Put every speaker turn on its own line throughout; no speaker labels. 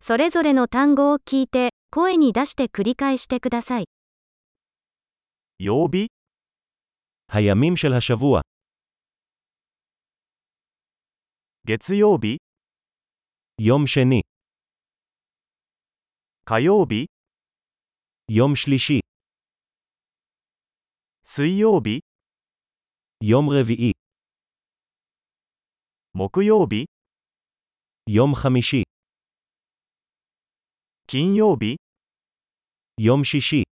それぞれの単語を聞いて、声に出して繰り返してください。
曜日、
הימים של השבוע,
月曜日、
יום שני,
火曜日、
יום שלישי,
水曜日、
יום רביעי,
木曜日、
יום חמישי,
金曜日、
יום שישי,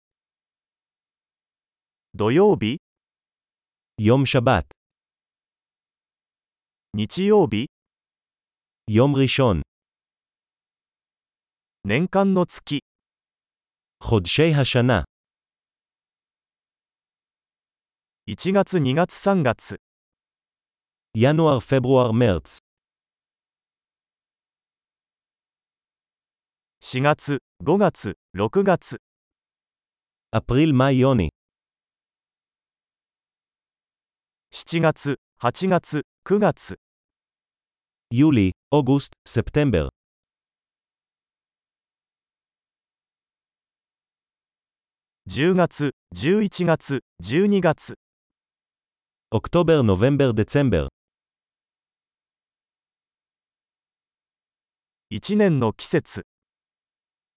土曜日、
יום שבת,
日曜日、
יום ראשון,
年間の月、
חודשי השנה,
1月2月3月、
ינואר, פברואר, מרץ,
4月、5月、6月、
אפריל, מאי, יוני,
7月、8月、9月、
יולי, אוגוסט, ספטמבר,
10月、11月、12月、
אוקטובר, נובמבר, דצמבר,
1年の季節、